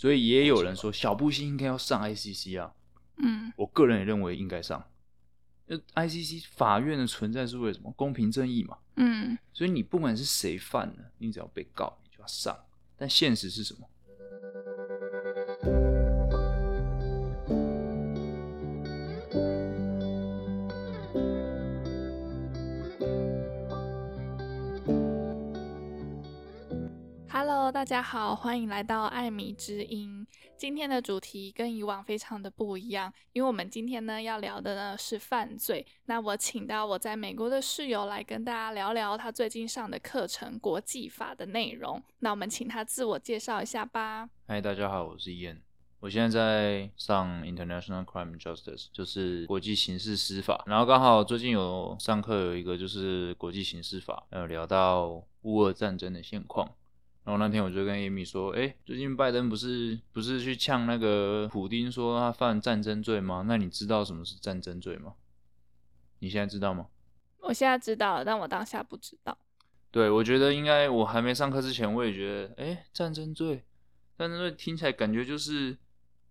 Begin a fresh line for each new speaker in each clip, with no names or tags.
所以也有人说小布希应该要上 ICC 啊，
嗯
我个人也认为应该上。呃，ICC 法院的存在是为了什么？公平正义嘛。
嗯，
所以你不管是谁犯了，你只要被告，你就要上。但现实是什么？
Hello，大家好，欢迎来到艾米之音。今天的主题跟以往非常的不一样，因为我们今天呢要聊的呢是犯罪。那我请到我在美国的室友来跟大家聊聊他最近上的课程《国际法》的内容。那我们请他自我介绍一下吧。
嗨，大家好，我是燕。我现在在上 International Crime and Justice，就是国际刑事司法。然后刚好最近有上课有一个就是国际刑事法，呃，聊到乌俄战争的现况。然后那天我就跟 Amy 说，哎，最近拜登不是不是去呛那个普丁说他犯战争罪吗？那你知道什么是战争罪吗？你现在知道吗？
我现在知道了，但我当下不知道。
对，我觉得应该，我还没上课之前，我也觉得，哎，战争罪，战争罪听起来感觉就是，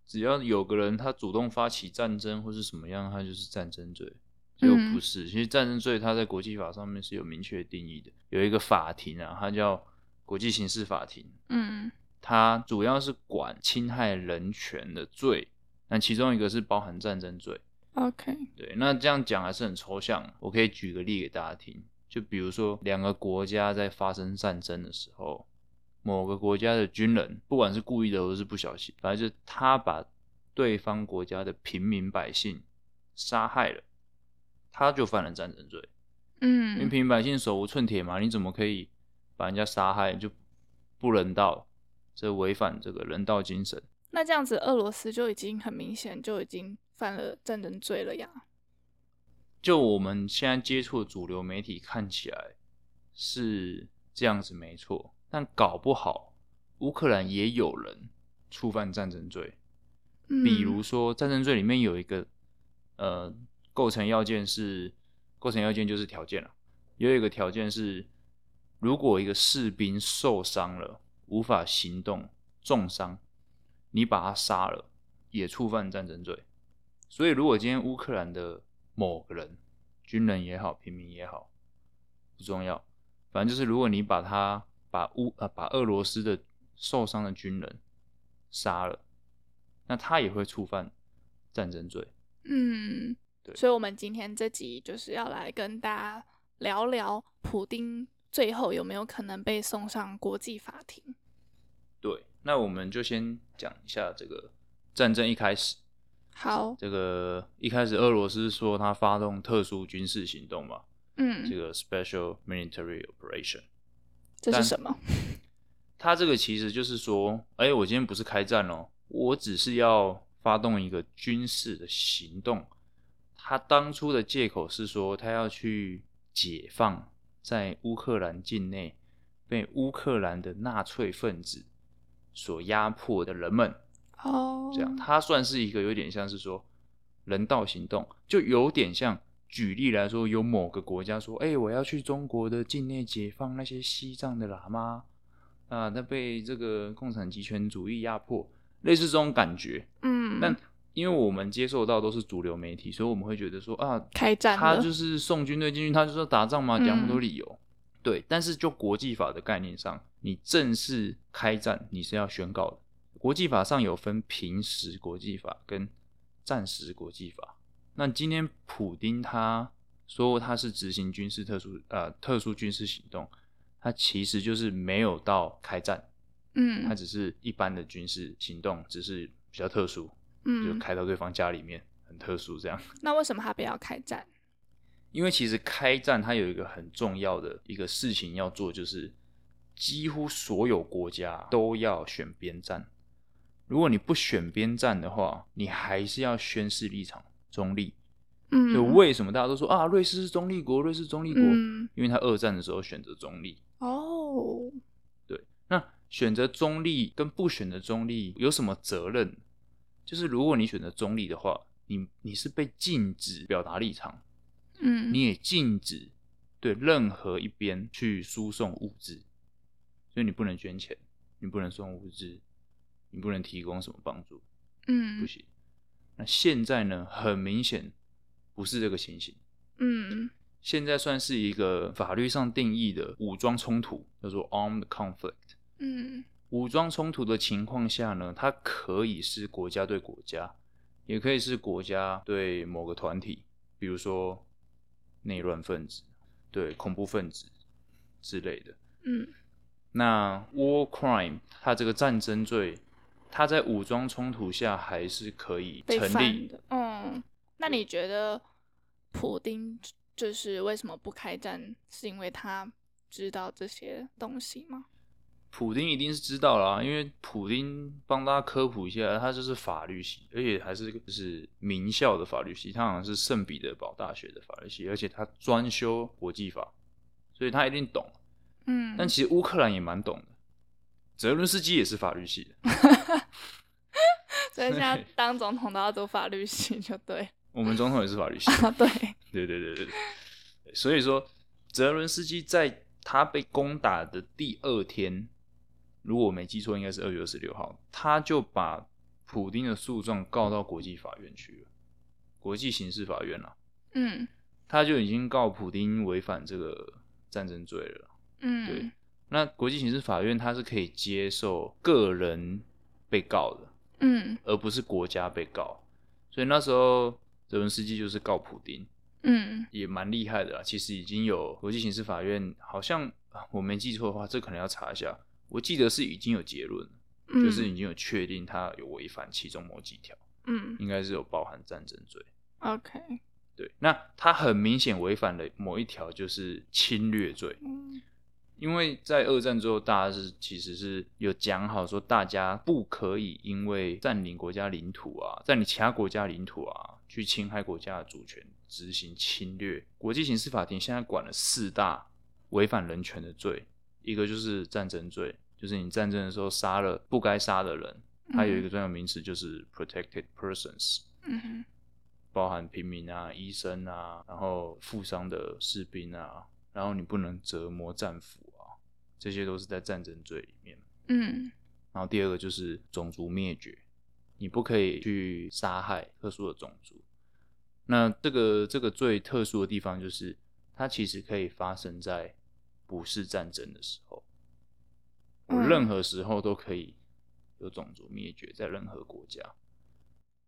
只要有个人他主动发起战争或是什么样，他就是战争罪。结果
嗯
不是，其实战争罪它在国际法上面是有明确定义的，有一个法庭啊，它叫国际刑事法庭，
嗯
它主要是管侵害人权的罪，那其中一个是包含战争罪。
，OK，
对，那这样讲还是很抽象。我可以举个例给大家听，就比如说两个国家在发生战争的时候，某个国家的军人，不管是故意的或是不小心，反正就是他把对方国家的平民百姓杀害了，他就犯了战争罪。因为
嗯
平民百姓手无寸铁嘛，你怎么可以把人家杀害就不人道？这违反这个人道精神。
那这样子，俄罗斯就已经很明显就已经犯了战争罪了呀。
就我们现在接触的主流媒体看起来是这样子没错，但搞不好乌克兰也有人触犯战争罪，
嗯
比如说战争罪里面有一个呃构成要件是构成要件就是条件了，有一个条件是如果一个士兵受伤了无法行动重伤，你把他杀了也触犯战争罪。所以如果今天乌克兰的某个人，军人也好，平民也好，不重要，反正就是如果你把他把乌呃把俄罗斯的受伤的军人杀了，那他也会触犯战争罪。
嗯，
对
所以我们今天这集就是要来跟大家聊聊普丁最后有没有可能被送上国际法庭。
对，那我们就先讲一下这个战争一开始，
好，
这个一开始俄罗斯说他发动特殊军事行动嘛，这
嗯，
个 Special Military Operation，
这
但
是什么？
他这个其实就是说，哎、我今天不是开战哦，我只是要发动一个军事的行动。他当初的借口是说，他要去解放在乌克兰境内被乌克兰的纳粹分子所压迫的人们。
哦，
这样，它算是一个有点像是说人道行动，就有点像举例来说，有某个国家说，哎、我要去中国的境内解放那些西藏的喇嘛啊，那被这个共产集权主义压迫，类似这种感觉。
嗯，
但因为我们接受到都是主流媒体，所以我们会觉得说啊，
开战
他
了，
就是送军队进去，他就说打仗嘛，讲那么多
嗯
理由。对，但是就国际法的概念上，你正式开战你是要宣告的。国际法上有分平时国际法跟战时国际法。那今天普丁他说他是执行军事特殊呃特殊军事行动，他其实就是没有到开战，他
嗯
只是一般的军事行动，只是比较特殊，就
嗯，
开到对方家里面，很特殊这样。
那为什么他不要开战？
因为其实开战它有一个很重要的一个事情要做，就是几乎所有国家都要选边站。如果你不选边站的话，你还是要宣示立场中立。
嗯，
就为什么大家都说啊，瑞士是中立国，瑞士是中立国？
嗯
因为他二战的时候选择中立。
哦，
那选择中立跟不选择中立有什么责任？就是如果你选择中立的话，你你是被禁止表达立场。
嗯，
你也禁止对任何一边去输送物资，所以你不能捐钱，你不能送物资，你你不能提供什么帮助，
嗯
不行。那现在呢，很明显不是这个情形，
嗯
现在算是一个法律上定义的武装冲突，叫做 armed conflict。
嗯
武装冲突的情况下呢，它可以是国家对国家，也可以是国家对某个团体，比如说内乱分子、对恐怖分子之类的。
嗯
那 war crime 它这个战争罪，它在武装冲突下还是可以
被
成
犯
立。
的。嗯，那你觉得普丁就是为什么不开战？是因为他知道这些东西吗？
普丁一定是知道啦，因为普丁帮大家科普一下，他就是法律系，而且还是就是名校的法律系，他好像是圣彼得堡大学的法律系，而且他专修国际法，所以他一定懂。
嗯，
但其实乌克兰也蛮懂的，泽伦斯基也是法律系的。
所以 现在当总统都要读法律系，就对
我们总统也是法律系，
啊， 对，
对对对对对。所以说，泽伦斯基在他被攻打的第二天，如果我没记错，应该是二月二十六号，他就把普丁的诉状告到国际法院去了，国际刑事法院了、
嗯
他就已经告普丁违反这个战争罪了。对
嗯，
那国际刑事法院他是可以接受个人被告的，
嗯
而不是国家被告，所以那时候泽伦斯基就是告普丁。
嗯
也蛮厉害的啦。其实已经有国际刑事法院，好像啊我没记错的话，这可能要查一下。我记得是已经有结论了，
嗯，
就是已经有确定他有违反其中某几条，
嗯
应该是有包含战争罪。
，OK，
对，那他很明显违反了某一条，就是侵略罪。
嗯
因为在二战之后，大家是其实是有讲好说，大家不可以因为占领国家领土啊，占领其他国家领土啊，去侵害国家的主权，执行侵略。国际刑事法庭现在管了四大违反人权的罪，一个就是战争罪，就是你战争的时候杀了不该杀的人，还有一个专有名词就是 protected persons，
嗯哼
包含平民啊、医生啊，然后负伤的士兵啊，然后你不能折磨战俘啊，这些都是在战争罪里面。
嗯
然后第二个就是种族灭绝，你不可以去杀害特殊的种族。那这个这个最特殊的地方就是，它其实可以发生在不是战争的时候，我
嗯
任何时候都可以有种族灭绝，在任何国家。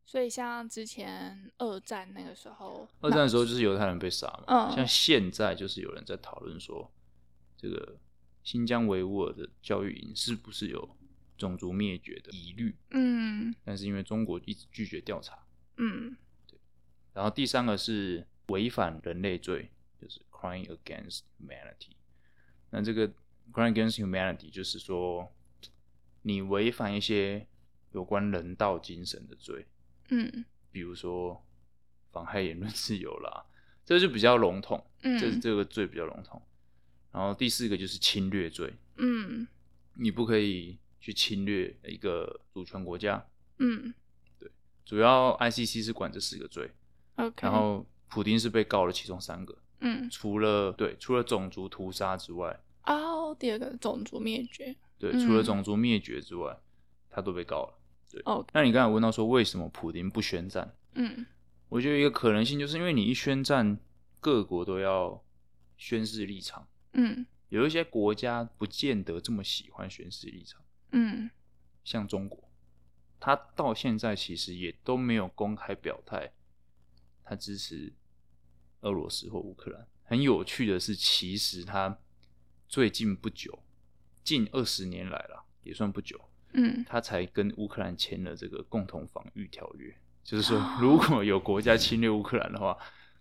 所以像之前二战那个时候，
二战的时候就是犹太人被杀嘛，
嗯
像现在就是有人在讨论说，这个新疆维吾尔的教育营是不是有种族灭绝的疑虑？
嗯
但是因为中国一直拒绝调查。
嗯
然后第三个是违反人类罪，就是 crime against humanity。那这个 crime against humanity 就是说，你违反一些有关人道精神的罪，
嗯
比如说妨害言论自由啦，这就比较笼统。这
嗯
这个罪比较笼统。然后第四个就是侵略罪，
嗯
你不可以去侵略一个主权国家。
嗯
主要 ICC 是管这四个罪，
，OK，
然后普丁是被告了其中三个，
嗯
除了对除了种族屠杀之外，
哦，第二个种族灭绝
对
嗯
除了种族灭绝之外，他都被告了。
，OK，
那你刚才有问到说为什么普丁不宣战？
哦嗯
我觉得一个可能性就是因为你一宣战，各国都要宣示立场，
嗯
有一些国家不见得这么喜欢宣示立场。
嗯
像中国，他到现在其实也都没有公开表态，他支持俄罗斯或乌克兰。很有趣的是，其实他最近不久，近二十年来了，也算不久，
嗯
他才跟乌克兰签了这个共同防御条约，就是说，如果有国家侵略乌克兰的话，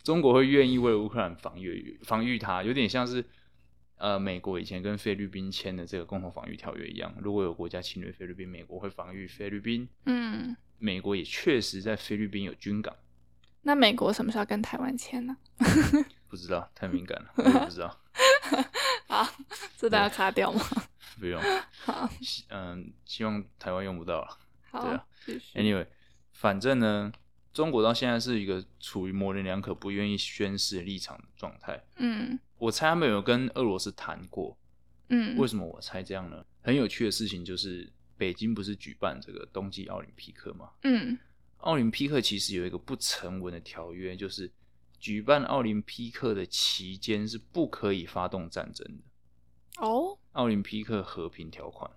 中国会愿意为乌克兰防御防御它，有点像是呃美国以前跟菲律宾签的这个共同防御条约一样。如果有国家侵略菲律宾，美国会防御菲律宾。
嗯，
美国也确实在菲律宾有军港，
那美国什么时候跟台湾签呢？
不知道太敏感了，我也不知道，
好，这段要卡掉吗？
不用。
好，
希嗯，希望台湾用不到了。对
好
啊，
继续，
Anyway，反正呢，中国到现在是一个处于模棱两可、不愿意宣示立场的状态。
嗯
我猜他们有跟俄罗斯谈过，
嗯，
为什么我猜这样呢？很有趣的事情就是，北京不是举办这个冬季奥林匹克吗？
嗯
奥林匹克其实有一个不成文的条约，就是举办奥林匹克的期间是不可以发动战争的。
哦，
奥林匹克和平条款，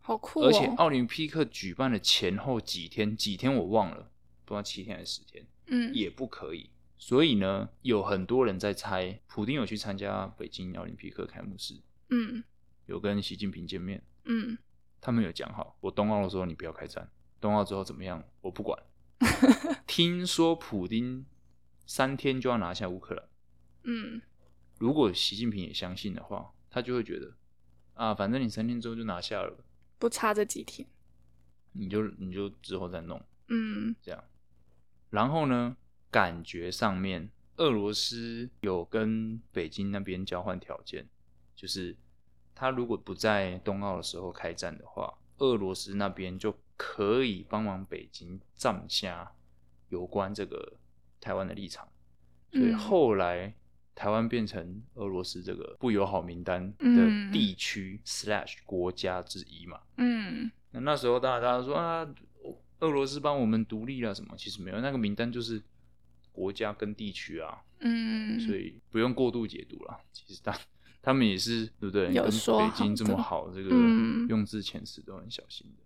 好酷哦！
而且奥林匹克举办的前后几天，几天我忘了，不知道七天还是十天，
嗯
也不可以。所以呢，有很多人在猜，普丁有去参加北京奥林匹克开幕式，
嗯
有跟习近平见面，
嗯，
他们有讲好，我冬奥的时候你不要开战，冬奥之后怎么样我不管。听说普丁三天就要拿下乌克兰，
嗯
如果习近平也相信的话，他就会觉得啊，反正你三天之后就拿下了，
不差这几天。
你就你就之后再弄
嗯
这样。然后呢，感觉上面俄罗斯有跟北京那边交换条件，就是他如果不在冬奥的时候开战的话，俄罗斯那边就可以帮忙北京站下有关这个台湾的立场。所以
嗯
后来台湾变成俄罗斯这个不友好名单
嗯
的地区 slash 国家之一嘛。
嗯
那那时候大家说啊，俄罗斯帮我们独立了什么？其实没有，那个名单就是国家跟地区啊，
嗯，
所以不用过度解读啦。其实他他们也是对不对？
有
跟
说
北
好
京这么
的
好，这个
嗯
用字遣词都很小心的。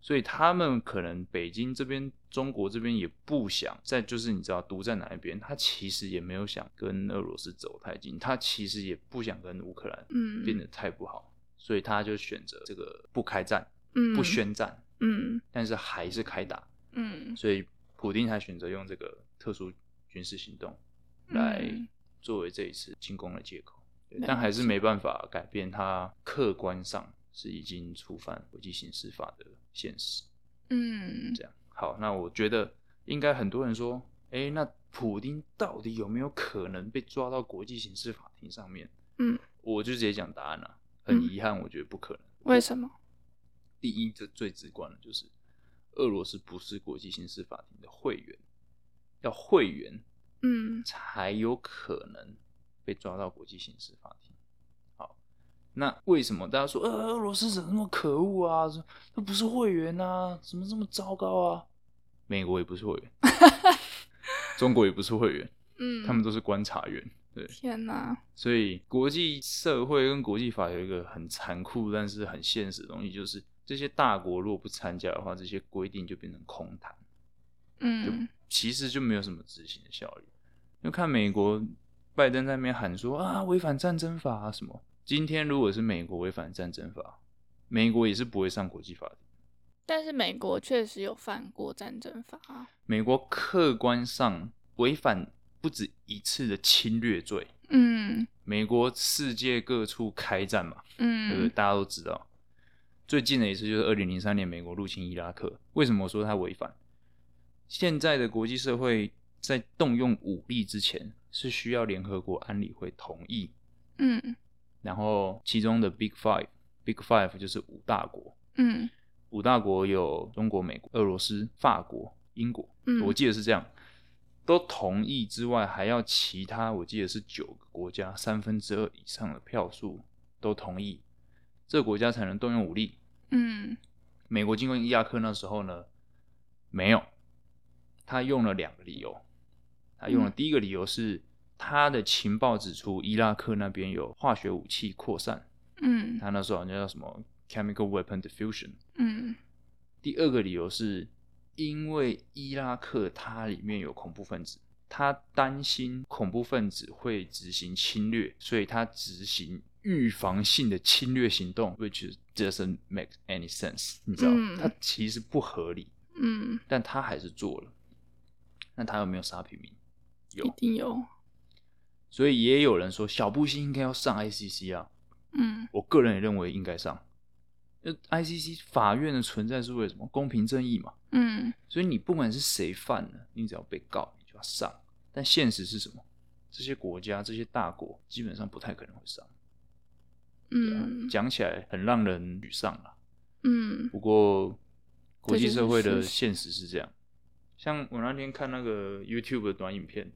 所以他们可能北京这边、中国这边也不想再就是你知道独占哪一边，他其实也没有想跟俄罗斯走太近，他其实也不想跟乌克兰
嗯
变得太不好，所以他就选择这个不开战、
嗯
不宣战，
嗯
但是还是开打，
嗯
所以普丁才选择用这个特殊军事行动来
嗯
作为这一次进攻的借口，对
了解
但还是没办法改变他客观上是已经触犯国际刑事法的现实。
嗯
这样好，那我觉得应该很多人说，诶，那普丁到底有没有可能被抓到国际刑事法庭上面？
嗯，
我就直接讲答案了、很
嗯
遗憾，我觉得不可能。
为什么？
第一，这最直观的就是俄罗斯不是国际刑事法庭的会员，要会员
嗯
才有可能被抓到国际刑事法庭。好，那为什么大家说呃俄罗斯人那么可恶啊？说他不是会员啊，怎么这么糟糕啊？美国也不是会员，中国也不是会员，
嗯，
他们都是观察员。对，
天哪，
所以国际社会跟国际法有一个很残酷但是很现实的东西，就是这些大国如果不参加的话，这些规定就变成空谈。
嗯
其实就没有什么执行的效率。就看美国拜登在那边喊说啊违反战争法啊什么，今天如果是美国违反战争法，美国也是不会上国际法庭。
但是美国确实有犯过战争法啊。
美国客观上违反不止一次的侵略罪，
嗯
美国世界各处开战嘛，对不对？
嗯
大家都知道。最近的一次就是二零零三年美国入侵伊拉克。为什么我说它违反？现在的国际社会在动用武力之前，是需要联合国安理会同意，
嗯
然后其中的 Big Five，Big Five 就是五大国，
嗯
五大国有中国、美国、俄罗斯、法国、英国，
嗯
我记得是这样，都同意之外，还要其他我记得是九个国家三分之二以上的票数都同意，这个国家才能动用武力。
嗯
美国进攻伊拉克那时候呢，没有，他用了两个理由，他用了
嗯
第一个理由是他的情报指出伊拉克那边有化学武器扩散，
嗯
他那时候好像叫什么 chemical weapon diffusion，
嗯
第二个理由是因为伊拉克它里面有恐怖分子，他担心恐怖分子会执行侵略，所以他执行预防性的侵略行动，which is- doesn't make any sense，你知道，
嗯
它其实不合理，
嗯，
但他还是做了。那他有没有杀平民？
一定有。
所以也有人说小布希应该要上 ICC 啊，
嗯
我个人也认为应该上。呃，ICC 法院的存在是为了什么？公平正义嘛。
嗯
所以你不管是谁犯了，你只要被告，你就要上。但现实是什么？这些国家、这些大国基本上不太可能会上。对啊
嗯
讲起来很让人沮丧啊啦。
嗯
不过国际社会
这就
的
是事实
现实是这样。像我那天看那个 YouTube 的短影片，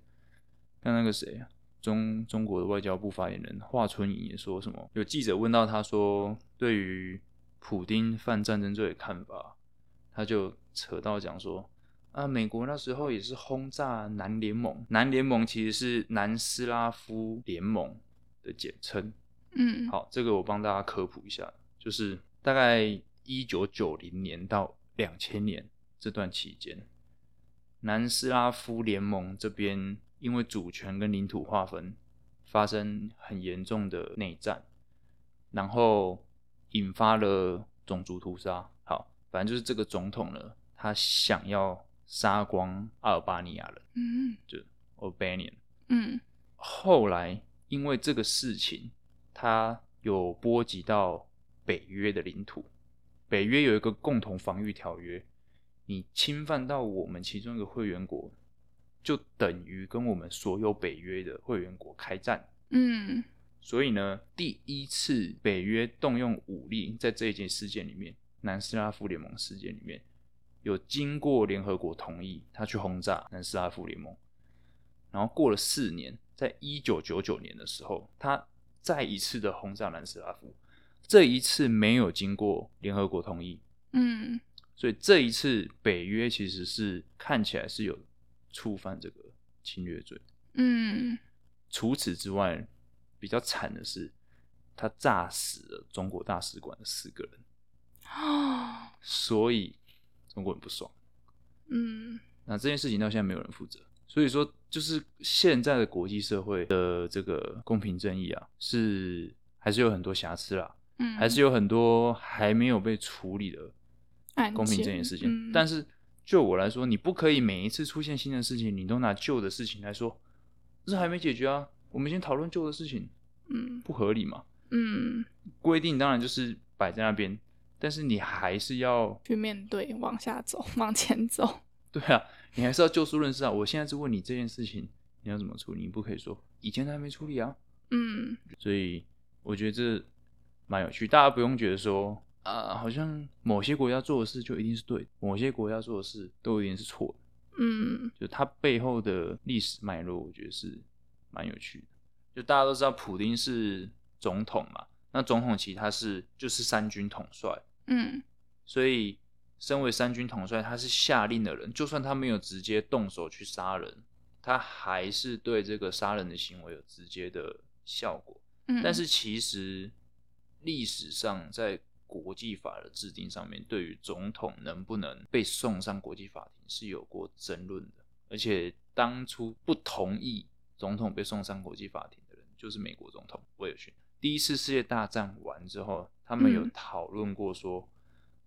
看那个谁啊，中中国的外交部发言人华春莹也说什么，有记者问到他说，对于普丁犯战争罪的看法，他就扯到讲说，啊，美国那时候也是轰炸南联盟，南联盟其实是南斯拉夫联盟的简称。
嗯，
好，这个我帮大家科普一下，就是大概一九九零年到两千年这段期间，南斯拉夫联盟这边因为主权跟领土划分发生很严重的内战，然后引发了种族屠杀。好，反正就是这个总统呢，他想要杀光阿尔巴尼亚人哦
嗯
（Albanian）。
嗯
后来因为这个事情，它有波及到北约的领土。北约有一个共同防御条约，你侵犯到我们其中一个会员国，就等于跟我们所有北约的会员国开战。
嗯
所以呢，第一次北约动用武力，在这一件事件里面，南斯拉夫联盟事件里面，有经过联合国同意，他去轰炸南斯拉夫联盟。然后过了四年，在一九九九年的时候，他再一次的轰炸南斯拉夫，这一次没有经过联合国同意，
嗯
所以这一次北约其实是看起来是有触犯这个侵略罪。
嗯
除此之外，比较惨的是，他炸死了中国大使馆的四个人，
哦，
所以中国人不爽。
嗯
那这件事情到现在没有人负责，所以说就是现在的国际社会的这个公平正义啊，是还是有很多瑕疵啦，
嗯，
还是有很多还没有被处理的
案
公平正义
件
的事情。
嗯
但是就我来说，你不可以每一次出现新的事情，你都拿旧的事情来说，这还没解决啊，我们先讨论旧的事情，
嗯
不合理嘛。
嗯
规定当然就是摆在那边，但是你还是要
去面对，往下走，往前走，
对啊，你还是要就事论事啊。我现在是问你这件事情，你要怎么处理？你不可以说以前还没处理啊。
嗯
所以我觉得这蛮有趣，大家不用觉得说啊，好像某些国家做的事就一定是对，某些国家做的事都一定是错的。
嗯
就它背后的历史脉络，我觉得是蛮有趣的。就大家都知道，普丁是总统嘛，那总统其实他是就是三军统帅。
嗯
所以身为三军统帅，他是下令的人，就算他没有直接动手去杀人，他还是对这个杀人的行为有直接的效果。
嗯，
但是其实历史上在国际法的制定上面，对于总统能不能被送上国际法庭是有过争论的，而且当初不同意总统被送上国际法庭的人就是美国总统威尔逊。第一次世界大战完之后，他们有
嗯
讨论过说，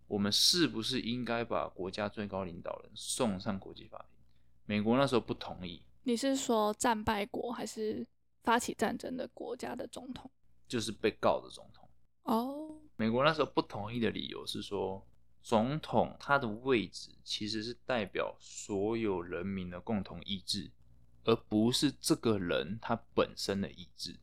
我们是不是应该把国家最高领导人送上国际法庭？美国那时候不同意，
你是说战败国还是发起战争的国家的总统？
就是被告的总统。
哦，
美国那时候不同意的理由是说，总统他的位置其实是代表所有人民的共同意志，而不是这个人他本身的意志。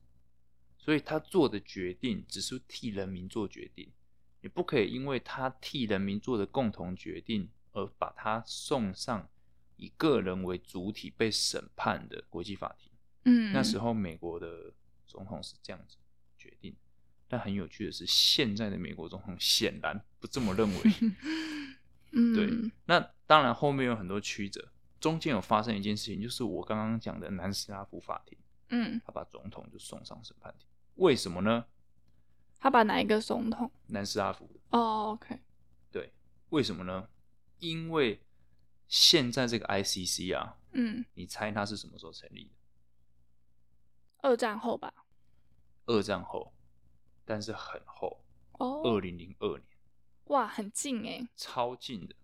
所以他做的决定只是替人民做决定，你不可以因为他替人民做的共同决定而把他送上以个人为主体被审判的国际法庭。
嗯，
那时候美国的总统是这样子决定，但很有趣的是，现在的美国总统显然不这么认 为。
嗯，
对那当然，后面有很多曲折，中间有发生一件事情，就是我刚刚讲的南斯拉夫法庭，
嗯，
他把总统就送上审判庭，为什么呢？
他把哪一个总统？
南斯拉夫的
哦，OK，
对，为什么呢？因为现在这个 ICC 啊，
嗯，
你猜它是什么时候成立的？
二战后吧，
二战后，但是很后，
哦，
二零零二年。
哇，很近哎，
超近的。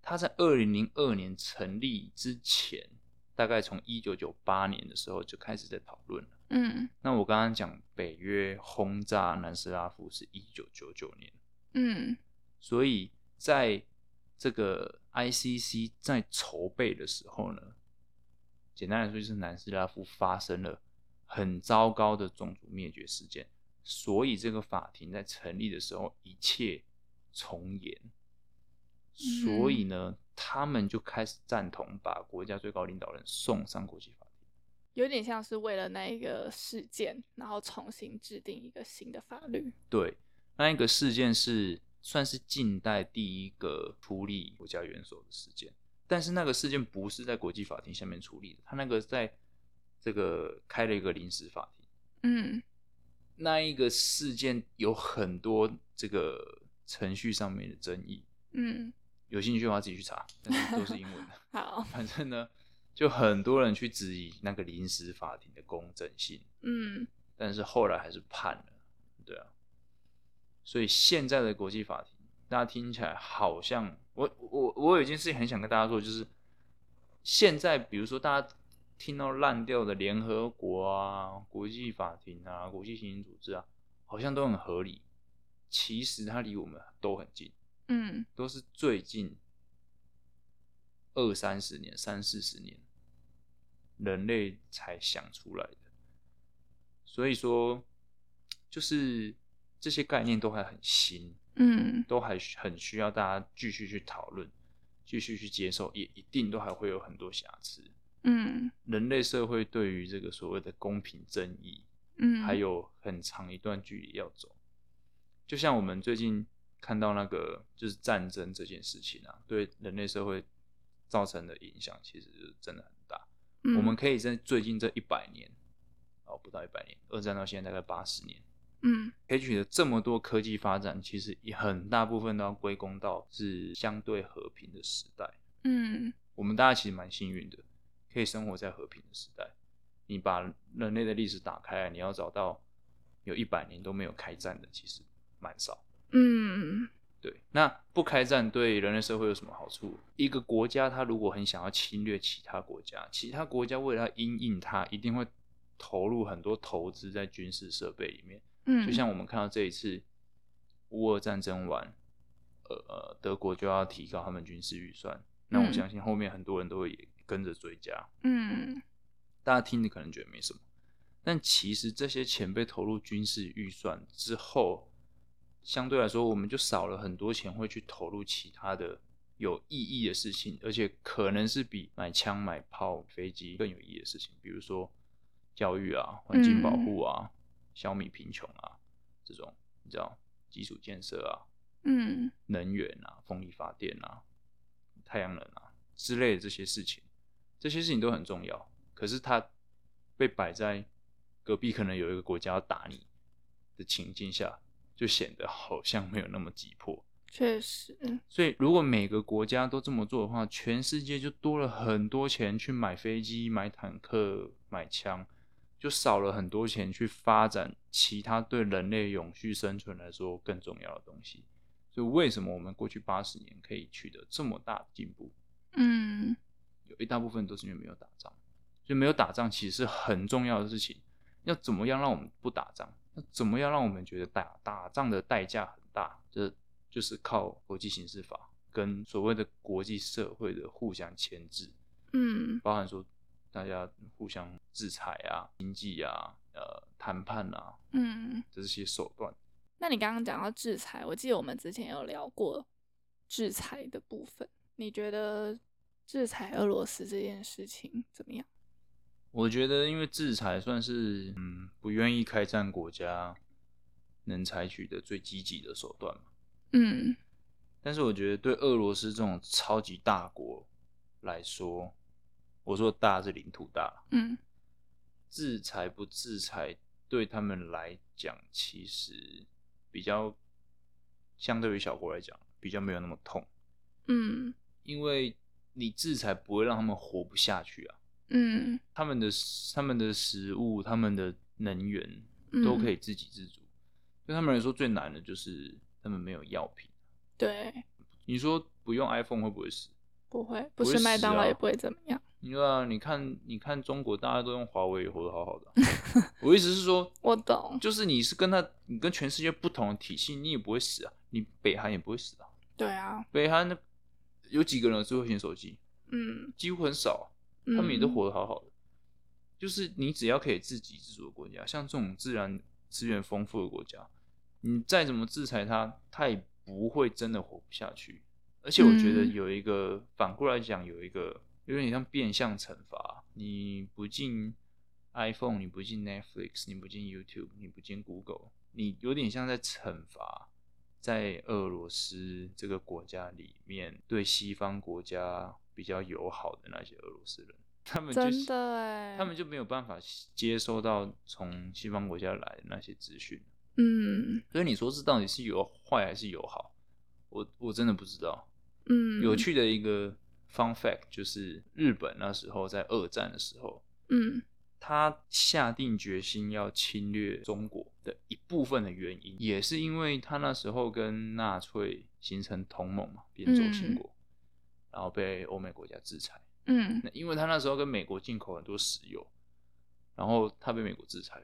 他在二零零二年成立之前，大概从一九九八年的时候就开始在讨论了。
嗯
那我刚刚讲北约轰炸南斯拉夫是一九九九年，
嗯
所以在这个 ICC 在筹备的时候呢，简单来说就是南斯拉夫发生了很糟糕的种族灭绝事件，所以这个法庭在成立的时候一切从严，所以呢，他们就开始赞同把国家最高领导人送上国际法庭。
有点像是为了那一个事件，然后重新制定一个新的法律。
对，那一个事件是算是近代第一个处理国家元首的事件。但是那个事件不是在国际法庭下面处理的，他那个在这个开了一个临时法庭。
嗯
那一个事件有很多这个程序上面的争议，
嗯，
有兴趣的话自己去查，但是都是英文的。
好，
反正呢，就很多人去质疑那个临时法庭的公正性，
嗯
但是后来还是判了，对啊。所以现在的国际法庭，大家听起来好像我我我有一件事情很想跟大家说，就是现在比如说大家听到烂掉的联合国啊、国际法庭啊、国际刑警组织啊，好像都很合理，其实它离我们都很近。
嗯
都是最近二三十年、三四十年人类才想出来的。所以说，就是这些概念都还很新，
嗯
都还需很需要大家继续去讨论、继续去接受，也一定都还会有很多瑕疵。
嗯
人类社会对于这个所谓的公平正义，
嗯，
还有很长一段距离要走。就像我们最近看到那个就是战争这件事情啊，对人类社会造成的影响其实是真的很大。
嗯
我们可以在最近这一百年，哦，不到一百年，二战到现在大概八十年，
嗯
可以取得这么多科技发展，其实也很大部分都要归功到是相对和平的时代。
嗯
我们大家其实蛮幸运的，可以生活在和平的时代。你把人类的历史打开来，你要找到有一百年都没有开战的，其实蛮少。
嗯
对，那不开战对人类社会有什么好处？一个国家它如果很想要侵略其他国家，其他国家为了要因应它，一定会投入很多投资在军事设备里面。
嗯，
就像我们看到这一次乌俄战争完，呃呃，德国就要提高他们军事预算，那我
嗯
相信后面很多人都会也跟着追加。
嗯
大家听着可能觉得没什么，但其实这些钱被投入军事预算之后，相对来说我们就少了很多钱会去投入其他的有意义的事情，而且可能是比买枪、买炮、飞机更有意义的事情，比如说教育啊、环境保护啊、消弭贫穷啊这种，你知道基础建设啊、
嗯
能源啊、风力发电啊、太阳能啊之类的这些事情，这些事情都很重要。可是它被摆在隔壁，可能有一个国家要打你的情境下，就显得好像没有那么急迫。
确实，
所以，如果每个国家都这么做的话，全世界就多了很多钱去买飞机、买坦克、买枪，就少了很多钱去发展其他对人类永续生存来说更重要的东西。所以，为什么我们过去八十年可以取得这么大的进步？
嗯
有一大部分都是因为没有打仗，所以没有打仗其实是很重要的事情。要怎么样让我们不打仗？要怎么样让我们觉得打打仗的代价很大？这就是靠国际刑事法跟所谓的国际社会的互相牵制，
嗯
包含说大家互相制裁啊、经济啊、呃谈判啊
嗯。
这些手段。
那你刚刚讲到制裁，我记得我们之前有聊过制裁的部分。你觉得制裁俄罗斯这件事情怎么样？
我觉得，因为制裁算是嗯不愿意开战国家能采取的最积极的手段嘛。
嗯
但是我觉得对俄罗斯这种超级大国来说，我说大是领土大，
嗯
制裁不制裁对他们来讲，其实比较相对于小国来讲，比较没有那么痛，
嗯
因为你制裁不会让他们活不下去啊，
嗯
他们的他们的食物、他们的能源
嗯，
都可。以自给自足，对他们来说最难的就是他们没有药品。
对，
你说不用 iPhone 会不会死？
不会，
不
不
会
是麦
死
当劳
啊
也不会怎么样。
你说啊，你看，你看中国大家都用华为也活得好好的啊、 我意思是说，
我懂
就是你是跟他，你跟全世界不同的体系，你也不会死啊，你北韩也不会死啊。
对啊，
北韩那有几个人有智慧型手机？
嗯，
几乎很少啊、他们也都
嗯
活得好好的。就是你只要可以自给自足的国家，像这种自然资源丰富的国家，你再怎么制裁它，它也不会真的活不下去。而且我觉得
嗯
有一个、反过来讲，有一个有点像变相惩罚，你不进 iPhone，你不进 Netflix，你不进 YouTube，你不进 Google，你有点像在惩罚在俄罗斯这个国家里面，对西方国家比较友好的那些俄罗斯人，他们就
真
是
的哎，
他们就没有办法接收到从西方国家来的那些资讯。
嗯
所以你说这到底是有坏还是有好？我我真的不知道。
嗯
有趣的一个 fun fact 就是，日本那时候在二战的时候，
嗯
他下定决心要侵略中国的一部分的原因，也是因为他那时候跟纳粹形成同盟嘛，边走新国，然后被欧美国家制裁。
嗯
那因为他那时候跟美国进口很多石油，然后他被美国制裁，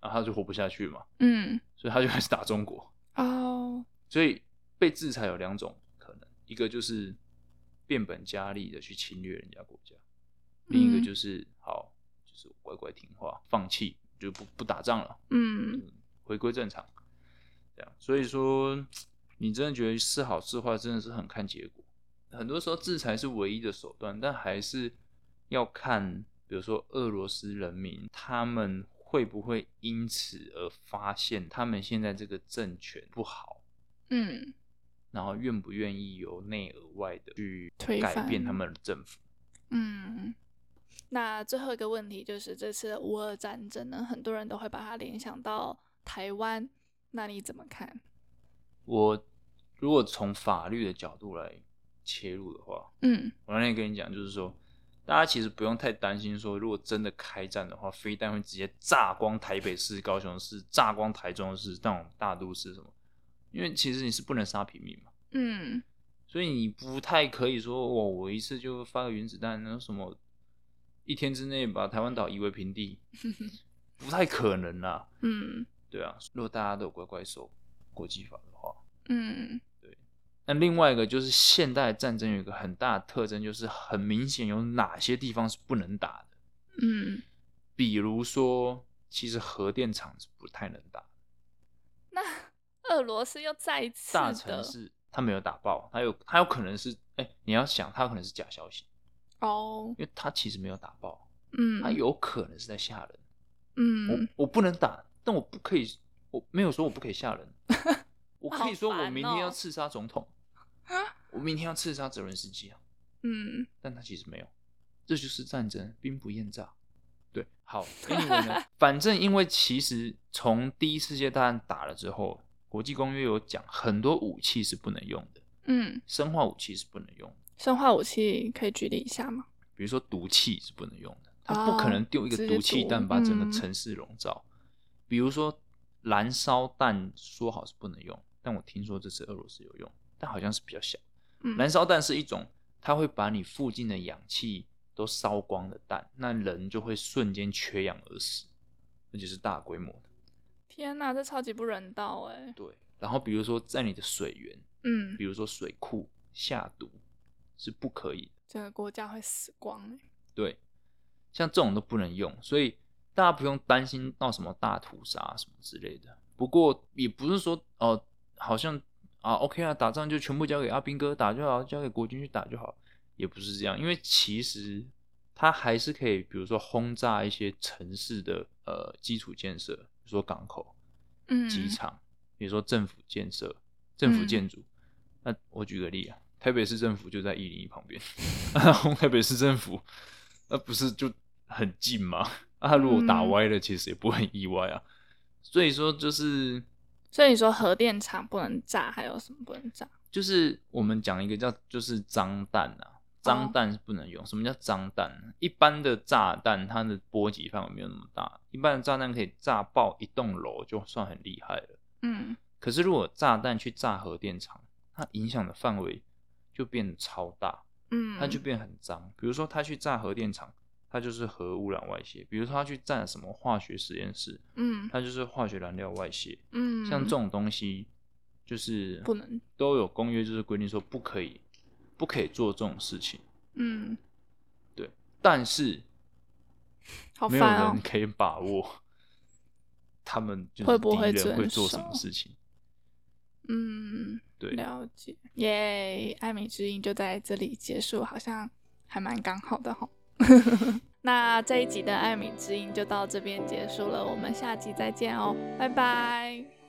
然后他就活不下去嘛，
嗯
所以他就开始打中国。
哦
所以被制裁有两种可能，一个就是变本加厉的去侵略人家国家，另一个就是、好，就是我乖乖听话，放弃就不不打仗了，
嗯
回归正常。这样，所以说你真的觉得是好是坏，真的是很看结果。很多时候制裁是唯一的手段，但还是要看，比如说俄罗斯人民他们会不会因此而发现他们现在这个政权不好。
嗯
然后愿不愿意由内而外的去
推
改
翻
变他们的政府。
嗯。那最后一个问题就是，这次的乌俄战争呢，很多人都会把它联想到台湾，那你怎么看？
我如果从法律的角度来切入的话，
嗯
我那天跟你讲，就是说，大家其实不用太担心说，如果真的开战的话，飞弹会直接炸光台北市、高雄市、炸光台中市那种大都市什么，因为其实你是不能杀平民嘛。
嗯
所以你不太可以说我我一次就发个原子弹，然后什么一天之内把台湾岛夷为平地，不太可能啊啦。
嗯
对啊，如果大家都有乖乖守国际法的话，
嗯
那另外一个就是现代战争有一个很大的特征，就是很明显有哪些地方是不能打的，
嗯，
比如说，其实核电厂是不太能打的，
那 俄罗斯又再一次
大
的
城市它没有打爆，它有它有可能是，哎、你要想它有可能是假消息，
哦，
因为它其实没有打爆，
嗯，
它有可能是在吓人。
嗯
我我不能打，但我不可以，我没有说我不可以吓人， 我可以说
好
我
烦
明天要
哦
刺杀总 统，我明天要刺杀泽伦斯基啊，
嗯
但他其实没有，这就是战争，兵不厌诈。对， 好，anyway 呢，反正因为其实从第一次世界大战打了之后，国际公约有讲很多武器是不能用的，
嗯，
生化武器是不能用的，
生化武器可以举例一下吗？
比如说毒气是不能用的，它不可能丢一
哦直
个
接
毒气
毒
弹把整个
嗯
城市笼罩。比如说燃烧弹，说好是不能用，但我听说这次俄罗斯有用，但好像是比较小。
嗯
燃烧弹是一种，它会把你附近的氧气都烧光的弹，那人就会瞬间缺氧而死，而且是大规模的。
天哪，这超级不人道哎、
对，然后比如说在你的水源，
嗯，
比如说水库下毒是不可以的。
整个国家会死光哎、
对，像这种都不能用，所以大家不用担心到什么大屠杀啊什么之类的。不过也不是说哦、好像啊，OK 啊，打仗就全部交给阿兵哥打就好，交给国军去打就好，也不是这样，因为其实它还是可以，比如说轰炸一些城市的呃基础建设，比如说港口、
嗯，
机场，比如说政府建设、政府
嗯
建筑。那我举个例啊，台北市政府就在一零一旁边， 啊，红台北市政府，那不是就很近吗？ 啊，如果打
嗯
歪了，其实也不会很意外啊。所以说，就是
所以你说核电厂不能炸，还有什么不能炸？
就是我们讲一个叫就是脏弹啊，
哦
脏弹是不能用。什么叫脏弹呢？一般的炸弹它的波及范围没有那么大，一般的炸弹可以炸爆一栋楼就算很厉害了。
嗯
可是如果炸弹去炸核电厂，它影响的范围就变得超大，
嗯，
它就变得很脏。比如说，它去炸核电厂，它就是核污染外泄；比如说，它去炸什么化学实验室，
嗯
它就是化学燃料外泄。
嗯，
像这种东西，就是
不能
都有公约，就是规定说不可以，不可以做这种事情。
嗯，
但是
好
没有
烦哦
人，可以把握他们就是
会不会
敌人会
遵
做什么
守
事情。
嗯。
对，
了解，耶！艾米之音就在这里结束，好像还蛮刚好的哈。 那这一集的艾米之音就到这边结束了，我们下集再见哦，拜拜。